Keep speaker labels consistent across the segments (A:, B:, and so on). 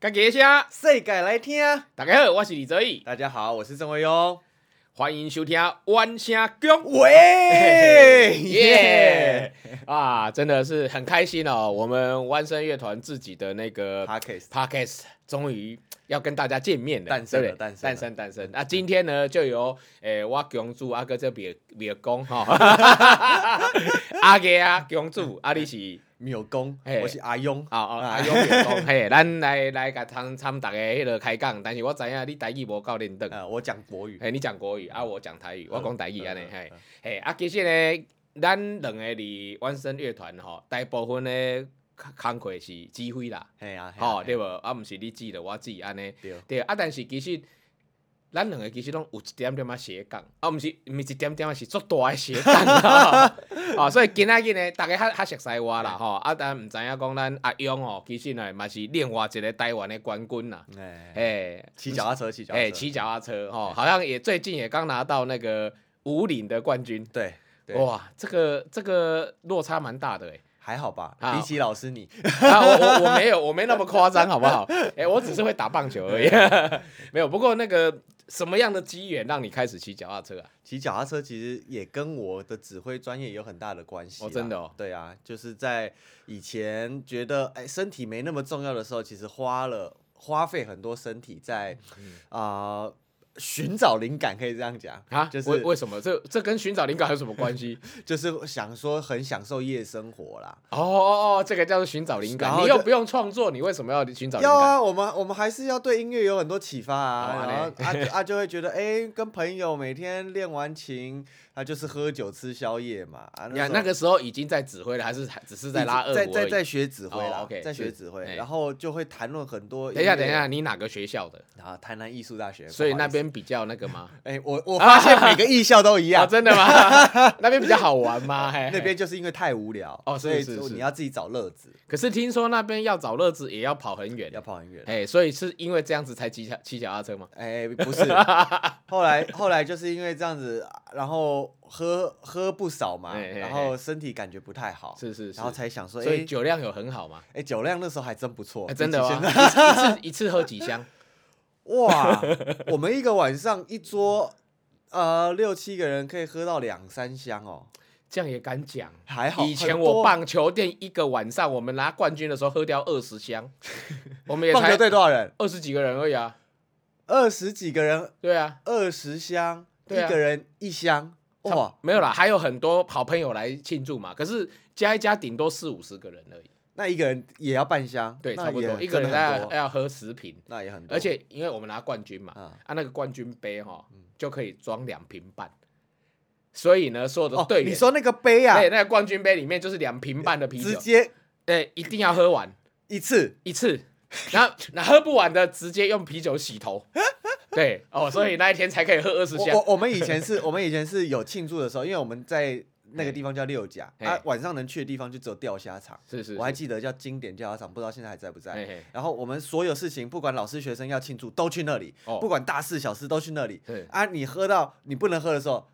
A: 家己的声，
B: 世界来听。啊
A: 大家好，我是李泽义，
B: 大家好，我是郑维庸。
A: 欢迎收听《弯声讲》。
B: 喂，
A: 耶！啊，真的是很开心哦！我们弯声乐团自己的那个
B: Podcast
A: podcast 终于要跟大家见面了，
B: 诞生了
A: 对不对
B: 诞生了
A: 诞生，诞生。那今天呢，就由诶，我强主阿哥这边别讲 哈，阿哥啊，强主阿你是。
B: 秒公
A: 嘿，
B: 我是阿庸。
A: 啊啊，阿勇有讲，嘿，咱来来甲参参逐个迄落开讲，但是我知影你台语无够认真，
B: 呃，我讲国语。
A: 嘿，你讲国语，啊，我讲台语，我讲台语安尼，
B: 嗯
A: 嘿
B: 嗯，
A: 嘿，啊，其实呢，咱两个伫万声乐团吼，大部分的工课是指挥啦，
B: 嘿啊，嘿啊
A: 吼，对无？啊，毋是你指的，我指安尼，
B: 对
A: 对，啊，但是其实。咱两个其实拢有一点点仔斜杠，啊，毋是毋是一点点仔，是足大诶斜杠 啦。哦，所以今仔日呢，大家较较熟悉我啦吼，啊，但毋知影讲咱阿勇哦，其实呢嘛是另外一个台湾的冠军啦，
B: 哎，
A: 诶、
B: 骑脚踏车，骑脚踏
A: 哎，
B: 车。
A: 骑脚踏车哦，好像也最近也刚拿到那个五岭的冠军，
B: 对对，
A: 哇，这个这个落差蛮大的哎、
B: 还好吧？
A: 好
B: 比起老师你，
A: 啊，我我我没有，我没那么夸张，好不好？哎、我只是会打棒球而已，
B: 啊
A: 没有。不过那个什么样的机缘让你开始骑脚踏车啊？
B: 骑脚踏车其实也跟我的指挥专业有很大的关系啦。
A: 哦真的哦
B: 对啊，就是在以前觉得哎身体没那么重要的时候，其实花了花费很多身体在
A: 嗯
B: 啊寻找灵感，可以这样讲
A: 啊，
B: 就是
A: 为为什么？这这跟寻找灵感有什么关 系？
B: 就是想说很享受夜生活啦。
A: 哦哦哦，这个叫做寻找灵
B: 然
A: 感。
B: 后
A: 你又
B: 就
A: 不用创作，你为什么要寻找灵
B: 要
A: 感？
B: 啊，我们我们还是要对音乐有很多启发
A: 好
B: 啊，
A: 啊
B: 然后啊就啊就会觉得，哎、跟朋友每天练完琴，啊就是喝酒吃宵夜嘛，啊
A: 呀，那个时候已经在指挥了，还是还只是在拉二胡而
B: 在
A: 已？
B: 在在学指挥啦，
A: 哦，OK，
B: 在学
A: 是
B: 指挥，
A: 哎
B: 然后就会谈论很多。
A: 等一下，等一下，，你哪个学校的？
B: 啊，台南艺术大学，
A: 所以
B: 不好
A: 那
B: 意思，
A: 边比较那个吗？
B: 哎、我我发现每个艺校都一
A: 啊，
B: 样，
A: 真的 吗？那边比较好玩吗？嘿嘿
B: 那边就是因为太无聊，
A: 哦
B: 所以
A: 是是
B: 就是你要自己找乐子，
A: 可是听说那边要找乐子也要跑很远
B: 要，跑很远。
A: 哎、所以是因为这样子才骑脚骑脚踏车吗？
B: 哎、 不是，后来后来就是因为这样子，然后喝喝不少嘛，
A: 哎哎
B: 然后身体感觉不太好，
A: 是是是
B: 哦然，后才想说，哎、
A: 所以酒量有很好吗？
B: 哎、酒量那时候还真不错、
A: 哎、真的
B: 比
A: 吗？
B: 哦起现在
A: 一次一次一次喝几 箱？
B: 哇，我们一个晚上一桌，呃，六七个人可以喝到两三箱哦，
A: 这样也敢讲？
B: 还好。
A: 以前
B: 很
A: 我
B: 多
A: 棒球店一个晚上，我们拿冠军的时候喝掉二十 箱，我们也
B: 棒
A: 才
B: 球队多少人？
A: 二十几个人而已啊。
B: 二十几个人，
A: 对啊，
B: 二十箱，
A: 对啊
B: 一个人一箱，哇，
A: 没有啦，还有很多好朋友来庆祝嘛。可是加一加，顶多四五十个人而已。
B: 那一个人也要半箱，
A: 对，
B: 那
A: 差不
B: 也
A: 多一个人
B: 真的很
A: 要
B: 多，
A: 要喝十瓶，
B: 那也很多，
A: 而且因为我们拿冠军嘛，
B: 嗯啊嗯
A: 啊，那个冠军杯哈就可以装两瓶半，所以呢，所有的
B: 哦，
A: 队
B: 你
A: 员
B: 说那个杯啊
A: 对，，那个冠军杯里面就是两瓶半的啤
B: 直
A: 酒，
B: 接
A: 对，一定要喝完
B: 一次，
A: 一次，然后那喝不完的直接用啤酒洗 头，对哦，所以那一天才可以喝二十
B: 我
A: 箱
B: 我，我们以前是，我 们以前是有庆祝的时候，因为我们在那个地方叫六甲，
A: 嘿
B: 啊，晚上能去的地方就只有钓虾场，
A: 是是，
B: 我还
A: 是
B: 记得叫经典钓虾场，不知道现在还在不
A: 嘿
B: 在。
A: 嘿
B: 然后我们所有事情，不管老师学生要庆祝，都去那里，
A: 哦
B: 不管大事小事都去那里。
A: 是
B: 啊，你喝到你不能喝的时候，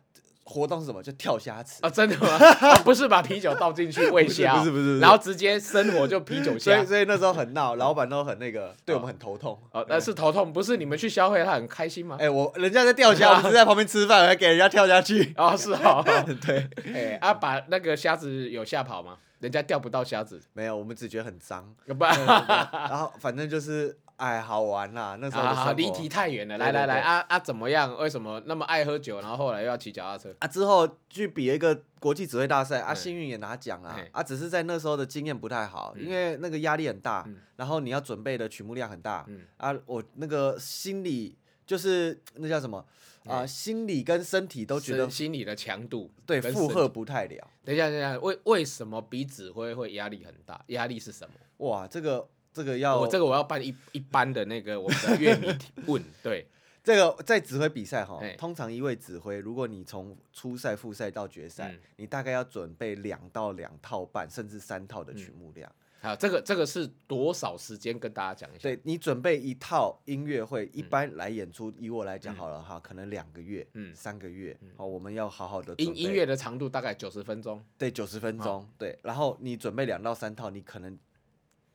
B: 活动是什么？就跳虾池。
A: 啊，真的吗？ 哦不是把啤酒倒进去喂虾哦，
B: 不是不是不是
A: 然后直接生火就啤酒
B: 所
A: 虾
B: 以，所以那时候很闹，老板都很那个，对我们很头痛。
A: 哦，那是头痛，不是你们去消费他很开心吗？
B: 哎，我人家在钓 虾，我们只是在旁边吃饭，我还给人家跳下去。
A: 哦，是哦，
B: 对，
A: 哎，啊，把那个虾子有吓跑吗？人家钓不到虾子，
B: 没有，我们只觉得很脏。
A: 不，
B: 然后反正就是哎，好玩啦，那时候的
A: 好
B: 生
A: 好，
B: 活
A: 离题太远了。
B: 对
A: 来来
B: 对
A: 来，
B: 对
A: 啊啊，怎么样？为什么那么爱喝酒，然后后来又要骑脚踏车？
B: 啊，之后去比一个国际指挥大赛啊，
A: 嗯
B: 幸运也拿奖啊
A: 嘿嗯
B: 啊，只是在那时候的经验不太好，因为那个压力很大，然后你要准备的曲目量很大
A: 嗯
B: 啊，我那个心理就是那叫什么啊，心理跟身体都觉
A: 哎
B: 得
A: 身心理的强度
B: 对
A: 跟
B: 负
A: 身
B: 荷
A: 体。
B: 不太了。
A: 等一下，等一下，为为什么比指挥会压力很大？压力是什么？
B: 哇，这个这个
A: 我
B: 要
A: 这个我要办一一般的那个我们的乐迷 提问，对，
B: 这个在指挥比赛哈
A: 嘿，
B: 通常一位指挥，如果你从初赛、复赛到决赛，
A: 嗯
B: 你大概要准备两到两套半，甚至三套的曲
A: 嗯
B: 目量。
A: 好，这个这个是多少时间？跟大家讲一下。
B: 对你准备一套音乐会，一般来演出，以我来讲好了哈，可能两个月，
A: 嗯
B: 三个月，哦，我们要好好的
A: 音音乐啊的长度大概九十分钟，
B: 对九十分钟，对，然后你准备两到三套，你可能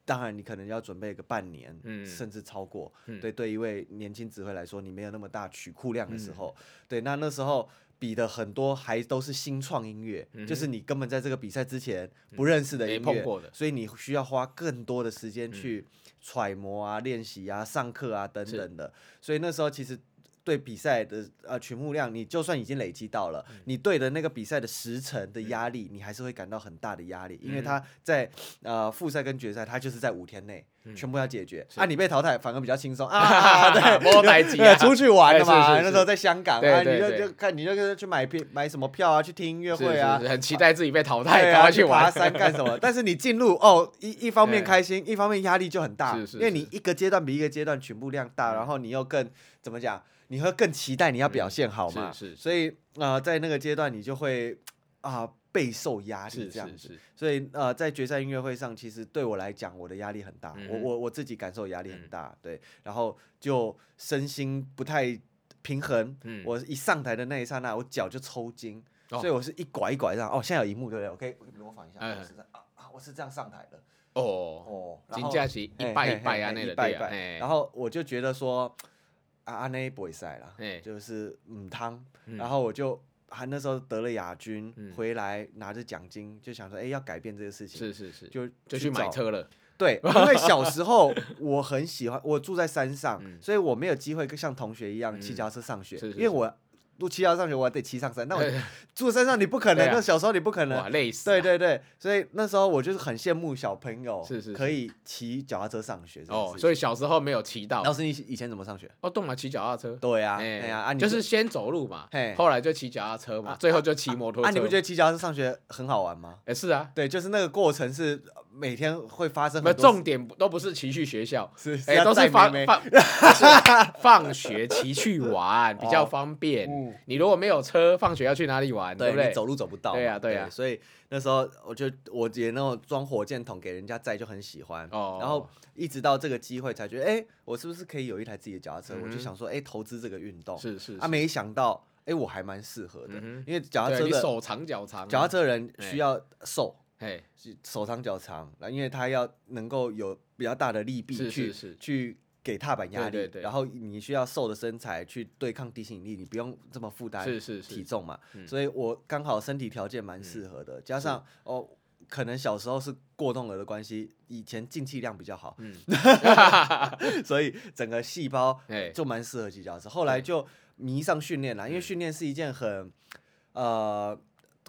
B: 当然你可能要准备个半年，
A: 嗯
B: 甚至超过。
A: 嗯
B: 对，对一位年轻指挥来说，你没有那么大曲库量的时
A: 嗯
B: 候，对，那那时候。比的很多还都是新创音乐，就是你根本在这个比赛之前不认识的
A: 嗯没
B: 音
A: 碰
B: 乐，
A: 过的嗯
B: 所以你需要花更多的时间去揣摩啊、练习啊、上课啊等
A: 是
B: 等的。所以那时候其实对比赛的呃曲目量，你就算已经累积到
A: 嗯
B: 了，你对的那个比赛的时程的压力，你还是会感到很大的压力，
A: 嗯
B: 因为它在呃复赛跟决赛，它就是在五天内
A: 嗯
B: 全部要解决啊，你被淘汰反而比 较轻松啊啊，对，
A: 没代 志啊哎
B: 对出去玩了嘛，
A: 对是是是
B: 那时候在香港
A: 对
B: 啊，
A: 对
B: 你就
A: 对
B: 就看你就去买票买什么票啊，去听音乐
A: 是
B: 会啊
A: 是，是很期待自己被淘汰，
B: 对
A: 赶
B: 啊，
A: 快去
B: 爬
A: 玩。
B: 山 干什么？但是你进入哦，一一方面
A: 对
B: 开心，一方面压力就很大，
A: 是是
B: 因为
A: 是嗯
B: 你一个阶段比一个阶段全部量大，然后你又更怎么讲？你会更期待你要表现好嘛？
A: 是是是
B: 所以呃，在那个阶段你就会啊、备受压力
A: 是
B: 这样子
A: 是。是，
B: 所以呃，在决赛音乐会上，其实对我来讲，我的压力很大，
A: 嗯
B: 我
A: 哼嗯
B: 我我自己感受压力很大，对，然后就身心不太平衡。
A: 嗯
B: 我一上台的那一刹那，我脚就抽筋，
A: 哦
B: 所以我是一拐一拐这样。哦，现在有荧幕对不对？我可以我可以模仿一下，
A: 哎
B: 我是这样啊啊，我是这样上台的
A: 哦，
B: 哦，然
A: 金
B: 后
A: 价是一拜一拜啊，
B: 嘿嘿嘿
A: 那
B: 嘿
A: 个
B: 一拜
A: 对
B: 一
A: 啊，
B: 拜，
A: 嘿
B: 然后我就觉得说，啊啊那一不会赛啦
A: 嘿，
B: 就是嗯汤，
A: 嗯
B: 然后我就还那时候得了亚军
A: 嗯，
B: 回来拿着奖金就想说，哎要改变这个事情，
A: 是是是，
B: 就
A: 就去买
B: 找
A: 车了。
B: 对，因为小时候我很喜欢，我住在山上，
A: 嗯
B: 所以我没有机会跟像同学一样骑
A: 嗯
B: 脚踏车上学，
A: 是是
B: 因为我都骑脚踏车上学，我还得骑上山。 那我
A: 对
B: 住山上你不可能，
A: 对啊
B: 那小时候你不可能
A: 哇，。累死
B: 对
A: 了。
B: 对对，所以那时候我就是很羡慕小朋友
A: 是是是
B: 可以骑脚踏车上学这件
A: 哦
B: 事，情
A: 所以小时候没有骑到
B: 老，师，你以前怎么上学？
A: 哦，动了骑脚踏车。
B: 对啊，
A: 哎
B: 哎呀，啊，你
A: 就
B: 不
A: 是先走路嘛
B: 嘿，
A: 后来就骑脚踏车嘛，最后就骑摩托车。
B: 啊，你不觉得骑脚踏车上学很好玩吗？
A: 哎，是啊，
B: 对，就是那个过程是每天会发生
A: 没
B: 很
A: 有
B: 多
A: 重点不都不是骑去学校，
B: 事，是
A: 哎，
B: 要
A: 都是
B: 载
A: 放
B: 妹妹
A: 放不是放学骑去玩比较方便
B: 哦嗯。
A: 你如果没有车，放学要去哪里玩，
B: 对
A: 不对
B: 你？走路走不到嘛。
A: 对啊对啊
B: 所以那时候我就我姐那种装火箭筒给人家载就很喜欢。
A: 哦
B: 然后一直到这个机会才觉得，哎、我是不是可以有一台自己的脚踏车？
A: 嗯哼
B: 我就想说，哎、投资这个运动。
A: 是是
B: 啊，
A: 是
B: 没想到，哎、我还蛮适合的，
A: 嗯哼
B: 因为脚踏
A: 对
B: 车
A: 你
B: 的
A: 手长脚长啊，
B: 脚踏车人
A: 哎
B: 需要瘦。
A: 嘿，
B: 手长脚长，然后因为他要能够有比较大的力臂
A: 是
B: 去
A: 是 是
B: 去给踏板压力，
A: 对对对
B: 然后你需要瘦的身材去对抗地心引力，你不用这么负担
A: 是是是
B: 体重嘛，
A: 嗯
B: 所以我刚好身体条件蛮适合的，加上哦。可能小时候是过动儿的关系，以前进气量比较好，
A: 嗯
B: 所以整个细胞
A: 哎，
B: 就蛮适合骑脚踏车。后来就迷上训
A: 嗯
B: 练了，因为训练是一件很呃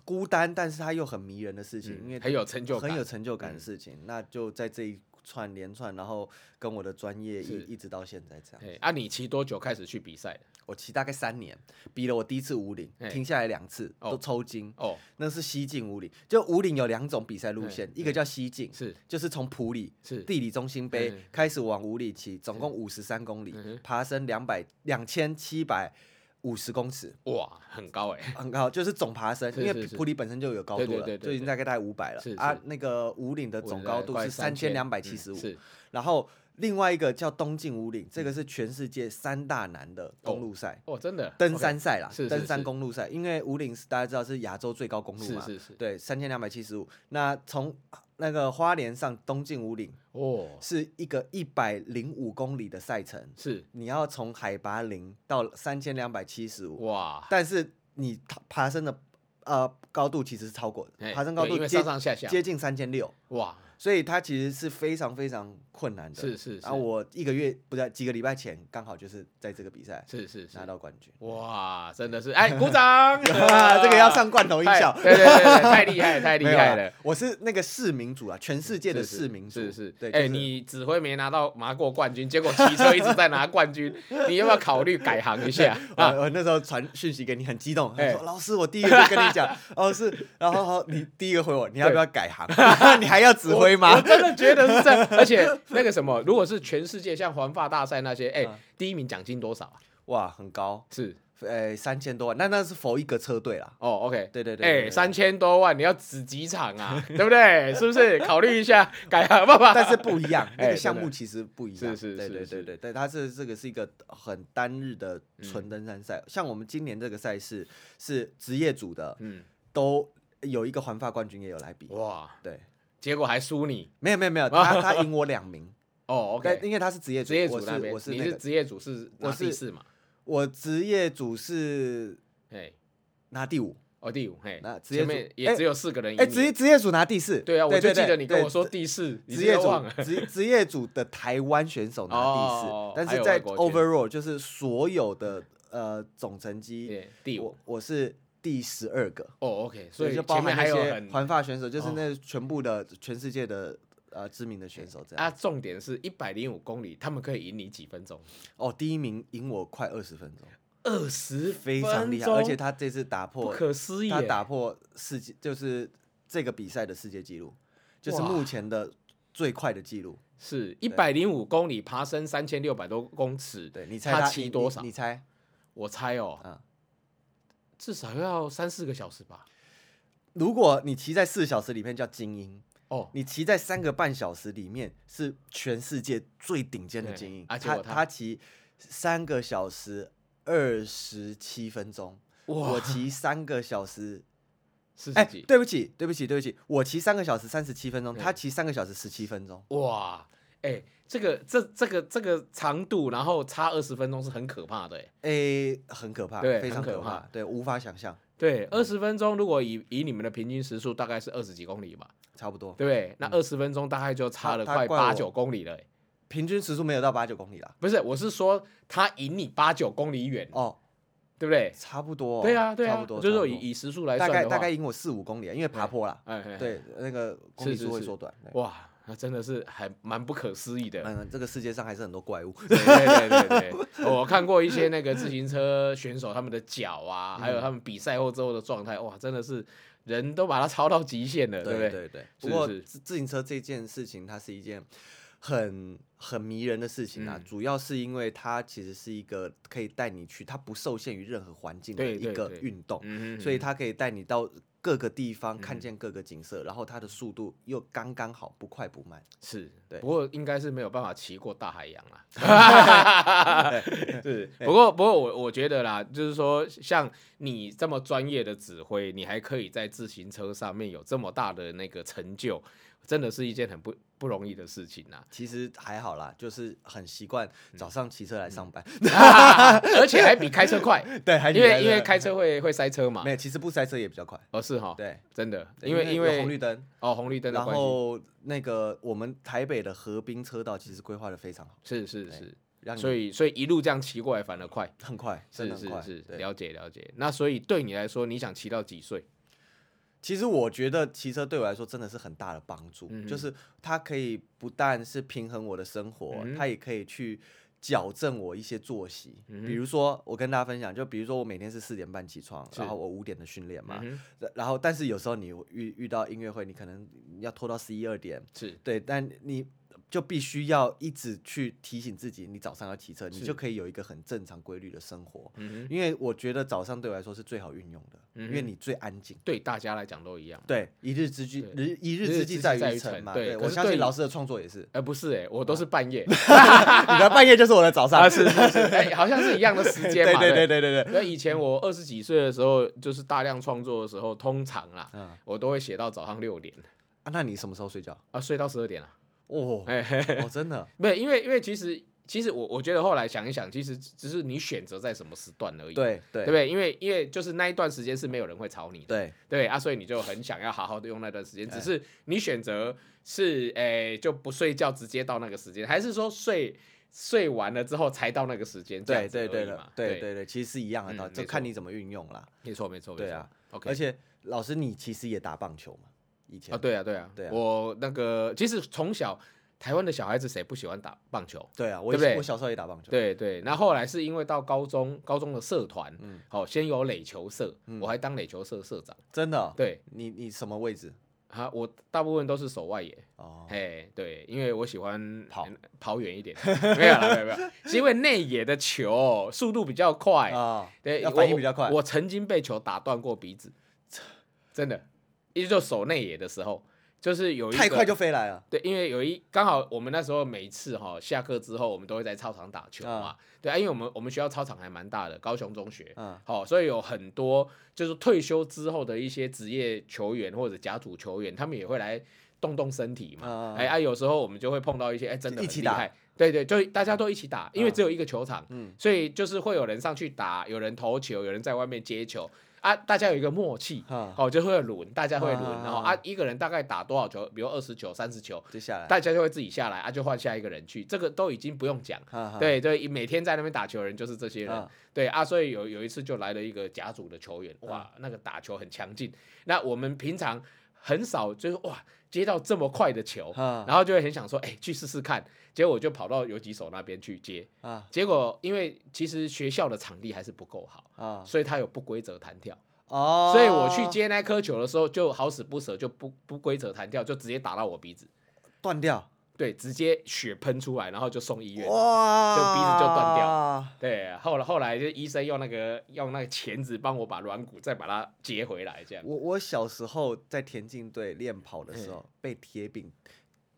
B: 孤单，但是它又很迷人的事情，因为
A: 嗯很有成就感，
B: 嗯
A: 嗯
B: 很有成就感的事情。那就在这一串连串，然后跟我的专业
A: 是
B: 一一直到现在这样。
A: 哎，啊，你骑多久开始去比赛的？
B: 我骑大概三年，比了我第一次五岭
A: 嘿，
B: 停下来两次
A: 哦
B: 都抽筋，
A: 哦，
B: 那是西进五岭。就五岭有两种比赛路线
A: 嘿，
B: 一个叫西进，
A: 是
B: 就是从普里
A: 是，
B: 地理中心
A: 嗯
B: 碑开始往五里骑，总共五十三公里
A: 嗯哼，
B: 爬升两百两千七百五十公尺。
A: 哇，很高哎，
B: 很高，就是总爬升，
A: 是
B: 因为
A: 是是
B: 普里本身就有高
A: 对
B: 度
A: 对
B: 了
A: 对，对
B: 就已经大概大概五百了
A: 是是
B: 啊。那个五岭的
A: 我
B: 总
A: 大
B: 高
A: 概
B: 度
A: 快
B: 是三千
A: 3275
B: 两百七十五
A: 嗯，是嗯
B: 然后另外一个叫东进五岭，这个是全世界三大难的公路赛、
A: 哦，真的
B: 登山赛啦
A: OK，是是
B: 登山
A: 是
B: 公路赛，因为五岭是大家知道是亚洲最高公
A: OK，
B: 路嘛，
A: 是是是，
B: 对，三千两百七十五。那从那个花莲上东进五岭
A: 哦，
B: 是一个一百零五公里的赛程，
A: 是
B: 你要从海拔零到三千两百七十五，
A: 哇，
B: 但是你爬爬升的呃高度其实是超过的，
A: 哎
B: 爬升高
A: 对
B: 度
A: 因为
B: 接
A: 上上下下，
B: 接近三千六，
A: 哇，
B: 所以它其实是非常非常困难的。
A: 是是是
B: 然后我一个月不对，几个礼拜前刚好就是在这个比赛
A: 是是是
B: 拿，到冠 军。
A: 哇，真的是，哎，鼓掌，
B: 啊， 这个要上罐头音
A: 太
B: 效，
A: 对对对对，太厉害了太厉
B: 没有
A: 害
B: 啦
A: 了。！
B: 我是那个市民组啊，全世界的
A: 是
B: 市民组，
A: 是是，
B: 对，
A: 哎、
B: 就是
A: 你指挥没拿到拿过冠军，结果骑车一直在拿冠军，你要不要考虑改行一下
B: 我
A: 啊？
B: 呃我那时候传讯息给你，很激动，
A: 哎
B: 说老师，我第一个就跟 你讲，哦是，然后好，你第一个回我，你要不要改行？ 你还要指挥
A: 我
B: 吗？
A: 真的觉得是这样，而且那个什么，如果是全世界像环法大赛那些，哎、
B: 嗯
A: 第一名奖金多少啊？
B: 哇，很高，
A: 是
B: 呃，三千多万，那那是否一个车队啦？
A: 哦，OK，
B: 对对对对
A: 哎、
B: 对
A: 三千多万，你要指几场啊？ 对不对？是不是？考虑一下改行爸爸。
B: 但是不一样，那
A: 哎
B: 个项
A: 真的
B: 目其实不一样。
A: 是是
B: 对
A: 是
B: 对
A: 是嗯
B: 对对对，它是这个是一个很单日的纯登山赛，像我们今年这个赛事是职业组的，
A: 嗯，哦
B: 都有一个环法冠军也有来比。
A: 哇，
B: 对，
A: 结果还输你。
B: 没有没有 没有，他他赢我两名，
A: 哦
B: 但
A: ，OK，
B: 因为他是职业组
A: 职业
B: 我
A: 组那
B: 是
A: 边
B: 我，是
A: 你
B: 那
A: 是
B: 个
A: 职业组是拿
B: 我是
A: 第四嘛？
B: 我职业组是
A: 哎，
B: 拿第五，
A: 哦第五，嘿
B: 那，职业
A: 前
B: 组
A: 面
B: 哎
A: 也只有四个人赢
B: 哎，
A: 你
B: 职业职业组拿第四，
A: 对啊，我就记得你跟我
B: 对
A: 说第四，你
B: 职
A: 真
B: 业
A: 的
B: 组
A: 忘了
B: 职 职业组的台湾选手拿第四，
A: 哦
B: 但
A: 还
B: 是
A: 有
B: 在
A: 外国选手
B: overall 就是所有的呃总成绩，
A: 对第五
B: 我。我是第十二个，
A: 哦，OK，所以
B: 就包
A: 前面
B: 含
A: 还
B: 那
A: 有
B: 些
A: 很
B: 环法选手，就是
A: 哦
B: 那全部的全世界的呃知名的选手这样。
A: 啊，重点是一百零五公里，他们可以赢你几分钟？
B: 哦，第一名赢我快二十分钟，
A: 二十
B: 非常厉害，而且他这次打
A: 不
B: 破
A: 可思议耶，
B: 他打破世界，就是这个比赛的世界纪录，就是
A: 哇
B: 目前的最快的纪录。
A: 是一百零五公里，爬升三千六百多公尺。
B: 对你猜
A: 他
B: 你
A: 骑多少
B: 你？你猜？
A: 我猜哦，
B: 啊
A: 至少要三四个小时吧。
B: 如果你骑在四小时里面叫精英，
A: 哦，
B: 你骑在三个半小时里面是全世界最顶尖的精英
A: 对，啊结
B: 他
A: 果他
B: 他骑三个小时二十七分钟，我
A: 哇，
B: 骑三个小时，
A: 四
B: 哎、
A: 十几，
B: 对不起，对不起，对不起，我骑三个小时三十七分钟，
A: 嗯
B: 他骑三个小时十七分钟，
A: 哇，哎，这个这这个这个长度，然后差二十分钟是很可怕的耶。
B: 哎、很可怕，
A: 对
B: 非常
A: 很可
B: 怕
A: 怕，
B: 对，无法想象，
A: 对，二十分钟如果以以你们的平均时速大概是二十几公里吧，
B: 差不多，
A: 对不对？那二十分钟大概就差
B: 他
A: 了
B: 嗯他
A: 快
B: 怪
A: 八
B: 我
A: 九公里了耶。
B: 平均时速没有到八九公里啦，
A: 不是，我是说他赢你八九公里远，
B: 哦，
A: 对不对？
B: 差不多、
A: 对啊，对
B: 差
A: 啊，
B: 不多，
A: 就是
B: 差不
A: 说
B: 多
A: 以以时速来
B: 大
A: 算的话，
B: 概大概赢我四五公里啊，因为爬
A: 哎
B: 坡啦，
A: 哎，哎，哎
B: 对，那个公里
A: 是是
B: 数会
A: 是
B: 缩短，对
A: 哇，那真的是还蛮不可思议的。
B: 嗯，这个世界上还是很多怪物。
A: 对对对对对，哦我看过一些那个自行车选手他们的脚
B: 嗯
A: 啊，还有他们比赛后之后的状态，哇，真的是人都把它超到极限了，不
B: 对
A: 对？
B: 对
A: 是
B: 不过
A: 是
B: 自自行车这件事情，它是一件很很迷人的事情啊，
A: 嗯
B: 主要是因为它其实是一个可以带你去，它不受限于任何环境的
A: 对
B: 一
A: 对
B: 个
A: 对
B: 运动，
A: 嗯
B: 所以它可以带你到各个地方，看
A: 嗯
B: 见各个景色，然后它的速度又刚刚好，不快不慢。
A: 是，
B: 对
A: 不过应该是没有办法骑过大海洋 啦。 是，不过不过我我觉得啦，就是说像你这么专业的指挥，你还可以在自行车上面有这么大的那个成就，真的是一件很不不容易的事情啊啦。
B: 其实还好啦，就是很习惯
A: 嗯
B: 早上骑车来上班，
A: 而且还比开车快，
B: 对， 还
A: 嗯因为因为
B: 开
A: 开车 会会塞车嘛
B: 没。有，其实不塞车也比较快，
A: 哦，是哈，
B: 对，
A: 真的，
B: 对
A: 因为因
B: 有
A: 为
B: 红绿灯。
A: 哦红绿灯的
B: 然
A: 关系，
B: 后那个我们台北的河滨车道其实规划的非常好，
A: 是是是，
B: 让你
A: 所以所以一路这样骑过来反而快。
B: 很快，真
A: 是
B: 的很
A: 是
B: 快。
A: 是，
B: 对，
A: 了解了解。那所以对你来说，你想骑到几岁？
B: 其实我觉得骑车对我来说真的是很大的帮助，
A: 嗯哼
B: 就是它可以不但是平衡我的生活，
A: 嗯哼
B: 它也可以去。矫正我一些作息，
A: 嗯哼
B: 比如说我跟大家分享，就比如说我每天是四点半起床，
A: 是
B: 然后我五点的训练嘛，
A: 嗯哼
B: 然后但是有时候你遇遇到音乐会，你可能要拖到十一二点，
A: 是
B: 对，但你就必须要一直去提醒自己，你早上要骑车，你
A: 是
B: 就可以有一个很正常规律的生活。
A: 嗯哼，
B: 因为我觉得早上对我来说是最好运用的，因为
A: 嗯哼
B: 你最安静。
A: 对大家来讲都一样。
B: 对，一日之计，
A: 对
B: 日一日
A: 日
B: 之
A: 之
B: 计
A: 计
B: 在
A: 在
B: 于
A: 于
B: 晨
A: 晨
B: 嘛。
A: 对可
B: 我
A: 是
B: 相信
A: 对
B: 老师的创作 也是，
A: 呃，不是哎、我
B: 啊
A: 都是半夜
B: 你的半夜就是我的早上。
A: 啊，是 是是，哎、好像是一样的时
B: 对
A: 间
B: 对
A: 嘛。
B: 对
A: 对
B: 对对对，
A: 那以前我二十几岁的时候，就是大量创作的时候，通常啦，
B: 嗯
A: 我都会写到早上六点
B: 啊那你什么时候睡觉？
A: 啊，睡到十二点啊。
B: 哦，
A: 哎、嘿嘿
B: 哦，真的，
A: 没有，因为因为其实其实我我觉得后来想一想，其实只是你选择在什么时段而已，
B: 对对
A: 对不对？因为因为就是那一段时间是没有人会吵你的。
B: 对
A: 对啊，所以你就很想要好好的用那段时间，只
B: 哎
A: 是你选择是诶、就不睡觉直接到那个时间，还是说睡睡完了之后才到那个时间？这样
B: 对
A: 子
B: 对对
A: 而已
B: 的
A: 嘛，
B: 对
A: 对，
B: 对对，其实是一样的
A: 嗯
B: 道理，就
A: 没
B: 看
A: 错
B: 你怎么运用啦。
A: 没错没错，
B: 对啊
A: 没错，OK，
B: 而且老师，你其实也打棒球嘛，以前
A: 啊，对啊对啊，
B: 对啊
A: 我那个其实从小台湾的小孩子谁不喜欢打棒球？
B: 对啊，我
A: 对不
B: 以前
A: 对
B: 我小时候也打棒球，
A: 对对，那后来是因为到高中，高中的社团，嗯，好、先有垒球社，我还当垒球社社长，
B: 真嗯的哦、
A: 对，
B: 你你什么位置？
A: 啊，我大部分都是守外野，
B: 哦，
A: 哎，对，因为我喜欢
B: 跑
A: 嗯跑远一点， 没有啦，没有没有，是因为内野的球速度比较快，
B: 啊，
A: 对，
B: 要
A: 我
B: 反应比较快
A: 我。我曾经被球打断过鼻子，真的，一就守内野的时候，就是有一
B: 太
A: 个
B: 快就飞来了。
A: 对，因为有一刚好我们那时候每一次哈、下课之后，我们都会在操场打球嘛，对啊，因为我们我们学校操场还蛮大的，高雄中学，
B: 嗯，
A: 好、所以有很多就是退休之后的一些职业球员或者甲组球员，他们也会来动动身体嘛。
B: 啊
A: 哎啊，有时候我们就会碰到一些哎真的
B: 一
A: 很
B: 起
A: 厉
B: 打
A: 害，对对，就大家都一起打，因为只有一个球场，
B: 嗯
A: 所以就是会有人上去打，有人投球，有人在外面接球啊，大家有一个默契。
B: 哈，
A: 哦，就会轮，大家会轮，然后啊
B: 啊，
A: 一个人大概打多少球，比如二十球、三十球，
B: 接下来，
A: 大家就会自己下来啊，就换下一个人去，这个都已经不用讲。
B: 哈哈，
A: 对对，每天在那边打球的人就是这些人，
B: 啊
A: 对啊，所以有有一次就来了一个甲组的球
B: 嗯
A: 员，哇，那个打球很强劲。那我们平常很少就是哇接到这么快的球，
B: 哈
A: 然后就会很想说，哎、去试试看。结果我就跑到游击手那边去接，
B: 啊
A: 结果因为其实学校的场地还是不够好，
B: 啊
A: 所以他有不规则弹跳。
B: 哦，
A: 所以我去接那颗球的时候，就好死不死就不不规则弹跳，就直接打到我鼻子，
B: 断掉，
A: 对，直接血喷出来，然后就送医院。
B: 哇，
A: 就鼻子就断
B: 掉，
A: 对，后来后来就医生用那个用那个钳子帮我把软骨再把它接回来，这样。
B: 我我小时候在田径队练跑的时候被铁饼，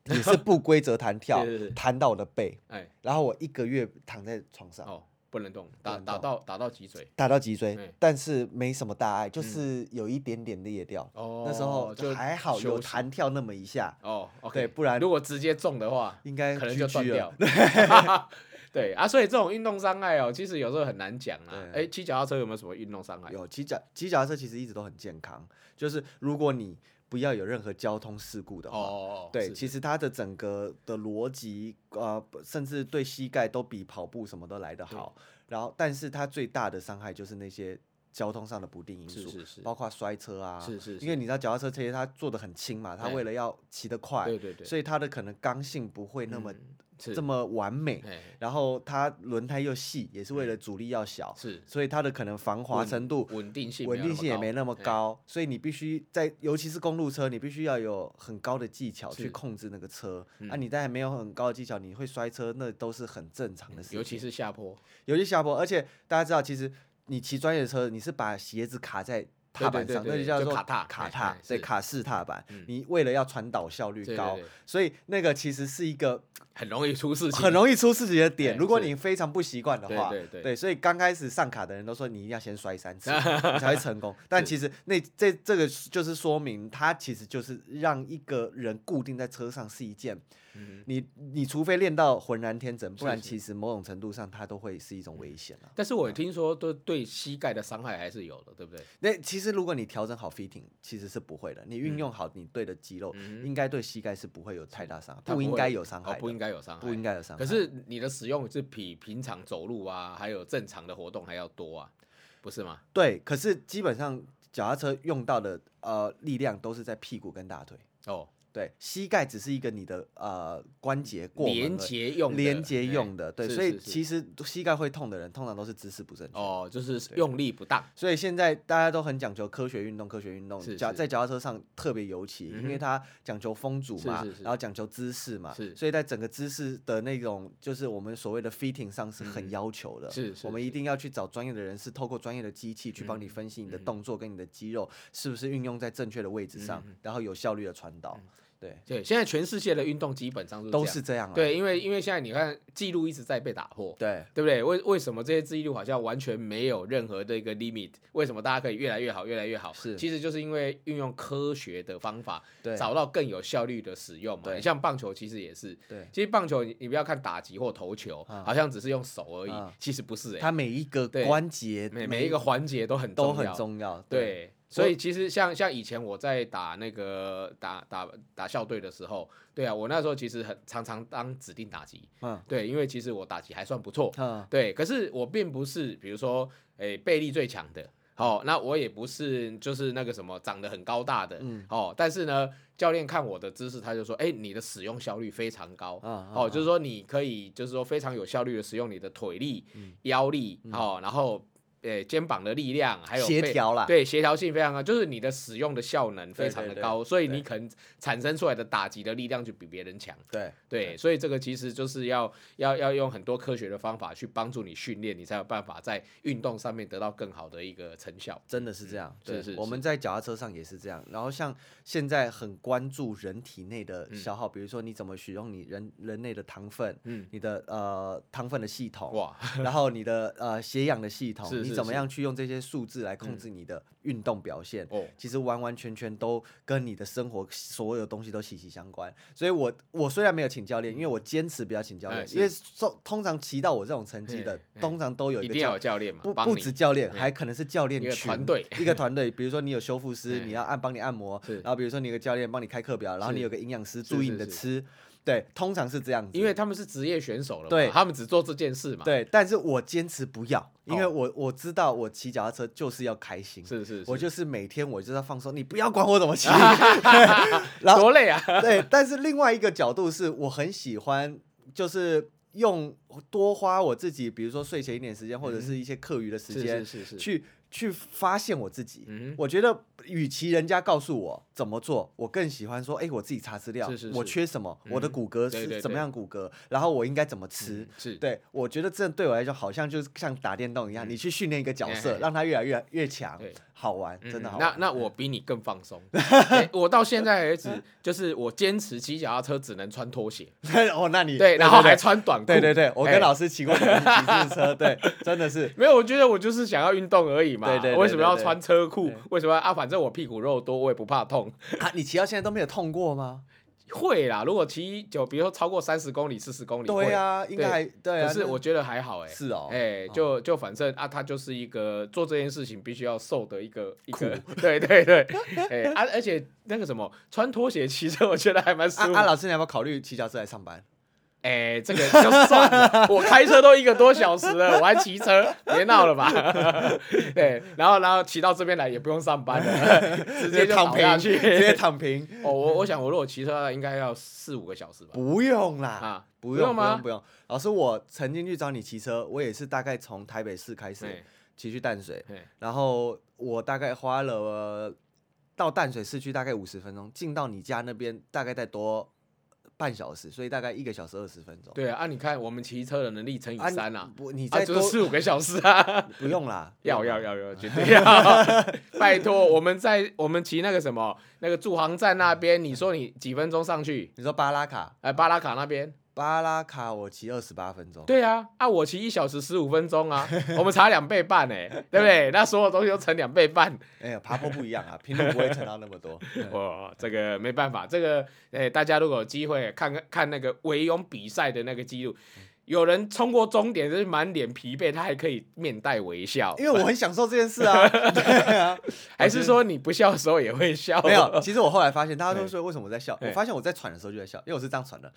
B: 也是不规则弹 跳
A: 对对对，
B: 弹到我的背，
A: 哎，
B: 然后我一个月躺在床上，
A: 哦，不能动，打
B: 不能动
A: 打到打到脊椎。
B: 打到脊椎
A: 嗯，
B: 但是没什么大碍，就是有一点点裂掉。
A: 哦，
B: 那时候
A: 就
B: 就还好
A: 休
B: 有
A: 息
B: 弹跳那么一下，
A: 哦，OK，
B: 对不然
A: 如果直接中的话，
B: 应该
A: 可能就断
B: GG
A: 掉
B: 了。。
A: 对啊，所以这种运动伤害哦，其实有时候很难讲啦。
B: 对
A: 哎，骑脚踏车有没有什么运动伤害？
B: 有骑脚骑脚踏车其实一直都很健康，就是如果你不要有任何交通事故的话，
A: 哦，
B: 对，
A: 是
B: 其实它的整个的逻辑，呃，不甚至对膝盖都比跑步什么都来得好。然后，但是它最大的伤害就是那些交通上的不定因
A: 是
B: 素，
A: 是是
B: 包括摔车啊。
A: 是是，
B: 因为你知道脚踏车其实它做的很轻嘛，它
A: 哎
B: 为了要骑得快，
A: 对对对，
B: 所以它的可能刚性不会那么、
A: 嗯是
B: 这么完美。
A: 哎
B: 然后它轮胎又细，也是为了阻力要小，
A: 是
B: 所以它的可能防滑
A: 稳
B: 程度
A: 稳定性
B: 稳定性也没那么
A: 高。哎
B: 高，所以你必须在，尤其是公路车，你必须要有很高的技巧
A: 是
B: 去控制那个车。啊，
A: 嗯
B: 你但还没有很高的技巧，你会摔车，那都是很正常的事情。
A: 嗯尤其是下坡，
B: 尤其下坡，而且大家知道，其实你骑专业的车，你是把鞋子卡在踏
A: 对
B: 板
A: 对
B: 上，
A: 对
B: 那
A: 对
B: 叫
A: 就
B: 做
A: 卡踏
B: 卡
A: 哎
B: 踏
A: 哎，
B: 对，
A: 是
B: 卡式踏板
A: 嗯。
B: 你为了要传导效率
A: 对对
B: 高
A: 对，
B: 所以那个其实是一个
A: 很容易出事情，
B: 很容易出事情的点。
A: 哎
B: 如果
A: 是
B: 你非常不习惯的
A: 对
B: 话，
A: 对对
B: 对，所以刚开始上卡的人都说你一定要先摔三 次你才会成功。但其实那这这个就是说明，它其实就是让一个人固定在车上是一件，
A: 嗯
B: 你你除非练到浑然天成，不
A: 是
B: 然
A: 是嗯
B: 其实某种程度上它都会是一种危险啊。
A: 但是我听说都对膝盖的伤害还是有的，对不对？
B: 那其实如果你调整好 fitting，其实是不会的。
A: 嗯
B: 你运用好你对的肌肉，应该对膝盖是不会有太大伤害，
A: 它
B: 不应
A: 会
B: 该有伤
A: 哦
B: 害的，
A: 不应该有伤害，
B: 不应该有伤害。
A: 可是你的使用是比平常走路啊，还有正常的活动还要多啊，不是吗？
B: 对，可是基本上脚踏车用到的呃力量都是在屁股跟大腿，
A: 哦，
B: 对，膝盖只是一个你的呃关节过门而已
A: 连接用的
B: 连接
A: 哎
B: 用的，对，
A: 是
B: 所以
A: 是是
B: 其实膝盖会痛的人通常都是姿势不正确。
A: 哦，就是用力不当，
B: 所以现在大家都很讲求科学运动，科学运动
A: 是
B: 脚
A: 是嗯
B: 在脚踏车上特别尤其，因为它讲求风阻嘛，
A: 是是是
B: 然后讲求姿势嘛，
A: 是
B: 所以在整个姿势的那种就是我们所谓的 fitting 上是很要求的，
A: 嗯是是嗯
B: 我们一定要去找专业的人士，透过专业的机器去帮你分析你的动作跟你的肌肉是不是运用在正确的位
A: 嗯
B: 置上，然后有效率的传导，对，
A: 对，现在全世界的运动基本上都
B: 都
A: 这样
B: 是这样啊，
A: 对，因为因为现在你看记录一直在被打破，
B: 对
A: 对不对？为为什么这些自律好像完全没有任何的一个 limit？为什么大家可以越来越好，越来越好？
B: 是
A: 其实就是因为运用科学的方法，
B: 对
A: 找到更有效率的使用嘛。
B: 对
A: 你像棒球其实也是，
B: 对，
A: 其实棒球你你不要看打击或投球，
B: 啊
A: 好像只是用手而已，
B: 啊
A: 其实不是哎、
B: 它每一个
A: 对
B: 关节
A: 每每一个环节都很
B: 都
A: 重
B: 很
A: 要
B: 重要，对
A: 对，所以其实像像以前我在打那个打打打校队的时候，对啊，我那时候其实很常常当指定打击，
B: 嗯
A: 对，因为其实我打击还算不错，
B: 嗯
A: 对，可是我并不是，比如说，诶、背力最强的，哦，那我也不是就是那个什么长得很高大的，
B: 嗯
A: 哦，但是呢，教练看我的姿势，他就说，哎、你的使用效率非常高，
B: 嗯
A: 哦，就是说你可以就是说非常有效率的使用你的腿力、
B: 嗯
A: 腰力，哦，然后。诶肩膀的力量还有
B: 协
A: 背
B: 调啦啊
A: 对，协调性非常高，就是你的使用的效能非
B: 对
A: 常
B: 对
A: 的
B: 对
A: 高，所以
B: 对
A: 你可能产生出来的打击的力量就比别人强。
B: 对。
A: 对，所以这个其实就是要要要用很多科学的方法去帮助你训练，你才有办法在运动上面得到更好的一个成效。
B: 真的是这样，
A: 是
B: 对，
A: 嗯是
B: 我
A: 是
B: 们在脚踏车上也是这样。然后像现在很关注人体内的消耗，比如说你怎么使用你人人类的糖分，
A: 嗯
B: 你的呃糖分的系统，
A: 哇，
B: 然后你的呃血氧的系统，
A: 是是嗯
B: 你怎么样去用这些数字来控制你的运动表现，
A: 哦，
B: 其实完完全全都跟你的生活所有东西都息息相关。所以我我虽然没有请教练，因为我坚持不要请教练
A: 嗯哎，是
B: 因为通通常骑到我这种成绩的
A: 嘿，嘿
B: 通常 都有
A: 一
B: 一个
A: 定
B: 教
A: 要有教练嘛，
B: 不
A: 帮
B: 不
A: 你
B: 止教练，还可能是教练
A: 一个
B: 群
A: 团队
B: 一个团队。比如说你有修复师，
A: 哎
B: 你要按帮你按摩
A: 是，
B: 然后比如说你有个教练帮你开课表，然后
A: 是
B: 你有个营养师
A: 是
B: 注意
A: 是
B: 你的
A: 是
B: 吃，对，通常是这样子。
A: 因为他们是职业选手了嘛，
B: 对
A: 他们只做这件事嘛，，
B: 对，但是我坚持不要，因为
A: 哦
B: 我我知道我骑脚踏车就是要开心，
A: 是是是，
B: 我就是每天我就是要放松，你不要管我怎 么骑。 对然后
A: 多累啊，
B: 对，但是另外一个角度是我很喜欢，就是用多花我自己，比如说睡前一点时间，或者是一些课余的时
A: 是
B: 间
A: 是，是是，
B: 去去发现我自己。
A: 嗯哼，
B: 我觉得，与其人家告诉我怎么做，我更喜欢说，哎、我自己查资料，
A: 是是
B: 我
A: 是
B: 缺什么，
A: 嗯
B: 我的骨骼
A: 对
B: 是
A: 对
B: 怎么
A: 对
B: 样骨骼，然后我应该怎么吃。
A: 嗯是，
B: 对，我觉得这对我来说好像就是像打电动一样，
A: 嗯
B: 你去训练一个角
A: 嘿
B: 色，
A: 嘿
B: 让他越来越越强
A: 对，
B: 好玩，
A: 嗯
B: 真的好
A: 那
B: 玩。
A: 那我比你更放 松、对我到现在为止，就是我坚持骑脚踏车只能穿拖鞋，
B: 那 哦，那你
A: 对，然后还
B: 对
A: 穿短裤，
B: 对对对，我
A: 哎
B: 跟老师骑过几次几次车， 对，真的是
A: 没有，我觉得我就是想要运动而已嘛。
B: 对对对对
A: 为什么要穿车裤
B: 对？
A: 为什么要啊？反正我屁股肉多，我也不怕痛。
B: 啊，你骑到现在都没有痛过吗？
A: 会啦，如果骑久，比如说超过三十公里、四十公里，
B: 对啊，应该还对
A: 会。
B: 啊。
A: 可是
B: 那
A: 我觉得还好哎、
B: 是哦，
A: 哎、就就反正啊，它就是一个做这件事情必须要受的一个一
B: 苦
A: 个，对对对，哎、啊，而且那个什么，穿拖鞋骑车，我觉得还蛮舒
B: 啊
A: 服。
B: 啊，老师，你要不要考虑骑脚车来上 班？
A: 哎、这个就算了，我开车都一个多小时了，我还骑车，别闹了吧。对，然后然后骑到这边来也不用上班了，直接就
B: 躺
A: 躺下
B: 平，
A: 去。
B: 直接躺平，
A: 哦，我我想我如果骑车应该要四五个小时吧。
B: 不用啦，
A: 啊，
B: 不
A: 用
B: 用不
A: 吗
B: 用不？用。老师，我曾经去找你骑车，我也是大概从台北市开始
A: 哎
B: 骑去淡水，
A: 哎
B: 然后我大概花了、呃到淡水市区大概五十分钟，进到你家那边大概再多半小时，所以大概一个小时二十分钟。
A: 对啊，啊你看我们骑车的能力乘以
B: 啊，
A: 三啊，
B: 不，你
A: 啊
B: 再
A: 就是
B: 多、
A: 四五个小时啊。
B: 不用啦，
A: 要
B: 不用
A: 要
B: 啦，
A: 要要，绝对要！拜托，我们在我们骑那个什么那个驻航站那边，你说你几分钟上去？
B: 你说巴拉卡，
A: 哎，巴拉卡那边，
B: 巴拉卡我骑二十八分钟，
A: 对啊，啊，我骑一小时十五分钟 啊，我们差两倍半哎、对不对？那所有东西都乘两倍半，
B: 哎呀，爬坡不一样啊，频率不会乘到那么 多。
A: 哇、这个没办法，这个哎、大家如果有机会看看看那个围泳比赛的那个记录，有人冲过终点，就是满脸疲惫，他还可以面带微笑，
B: 因为我很享受这件 事啊，对啊，
A: 还是说你不笑的时候也会笑？
B: 没有。其实我后来发现，大家都
A: 哎
B: 说为什么我在笑，
A: 哎
B: 我发现我在喘的时候就在笑，因为我是这样喘的。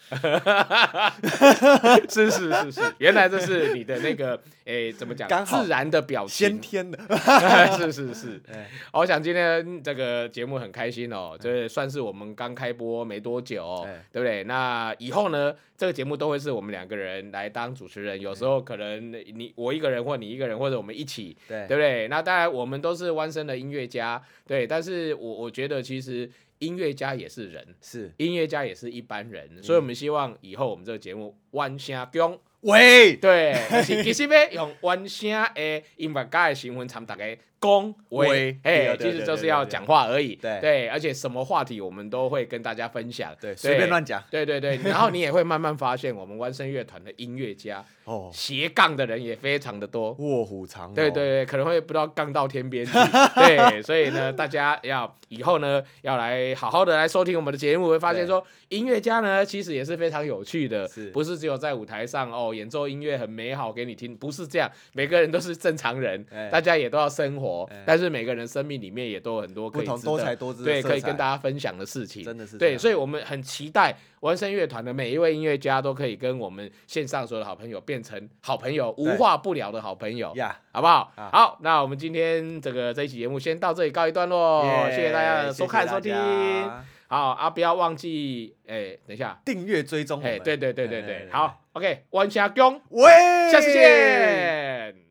A: 是是是是，原来这是你的那个哎、怎么讲？
B: 刚好
A: 自然的表
B: 先
A: 情，
B: 天的，
A: 是是是。
B: 哎
A: 好我想今天这个节目很开心哦，这算是我们刚开播没多久、哦
B: 哎
A: 对不对？那以后呢，这个节目都会是我们两个人来当主持人，有时
B: 哎
A: 候可能你我一个人，或你一个人，或者我们一起，
B: 对
A: 对不对？那当然，我们都是弯身的音乐家，对。但是我我觉得其实音乐家也是人，
B: 是
A: 音乐家也是一般人，
B: 嗯
A: 所以我们希望以后我们这个节目弯声中。
B: 喂，
A: 对，就是其实要用原声的音乐家的身份参大家讲话
B: 话，
A: 哎，
B: 对对
A: 其实
B: 对
A: 就是
B: 对
A: 要
B: 对
A: 讲话而已。
B: 对
A: 对，而且什么话题我们都会跟大家分享。
B: 对，随便乱。讲
A: 对对对，然后你也会慢慢发现，我们弯声乐团的音乐家
B: 哦，
A: 斜杠的人也非常的多。
B: 卧虎藏龙，
A: 对对对，可能会不知道杠到天边去。 对，所以呢，大家要以后呢，要来好好的来收听我们的节目，会发现说，音乐家呢其实也是非常有趣的，
B: 是
A: 不是只有在舞台上哦演奏音乐很美好给你听，不是这样，每个人都是正常人，
B: 哎
A: 大家也都要生活，
B: 哎
A: 但是每个人生命里面也都有很多可
B: 不
A: 以
B: 同
A: 值
B: 多
A: 得
B: 才多姿的
A: 对，
B: 色
A: 可以
B: 彩
A: 跟大家分享的事情，
B: 真的是这
A: 对，
B: 样
A: 所以我们很期待完声乐团的每一位音乐家都可以跟我们线上所有的好朋友变成好朋友，无
B: 对
A: 话不聊的好朋友。
B: 呀，
A: 好不好？
B: 啊
A: 好，那我们今天这个这一期节目先到这里告一段落
B: 耶
A: 哦谢谢大家的收看
B: 谢谢
A: 收听
B: 大。家
A: 好啊，不要忘记，哎、等一下，
B: 订阅追踪我
A: 哎、
B: 们，
A: 对对对对
B: 哎
A: 对，好，，，OK，万下公，
B: 喂，
A: 下次见。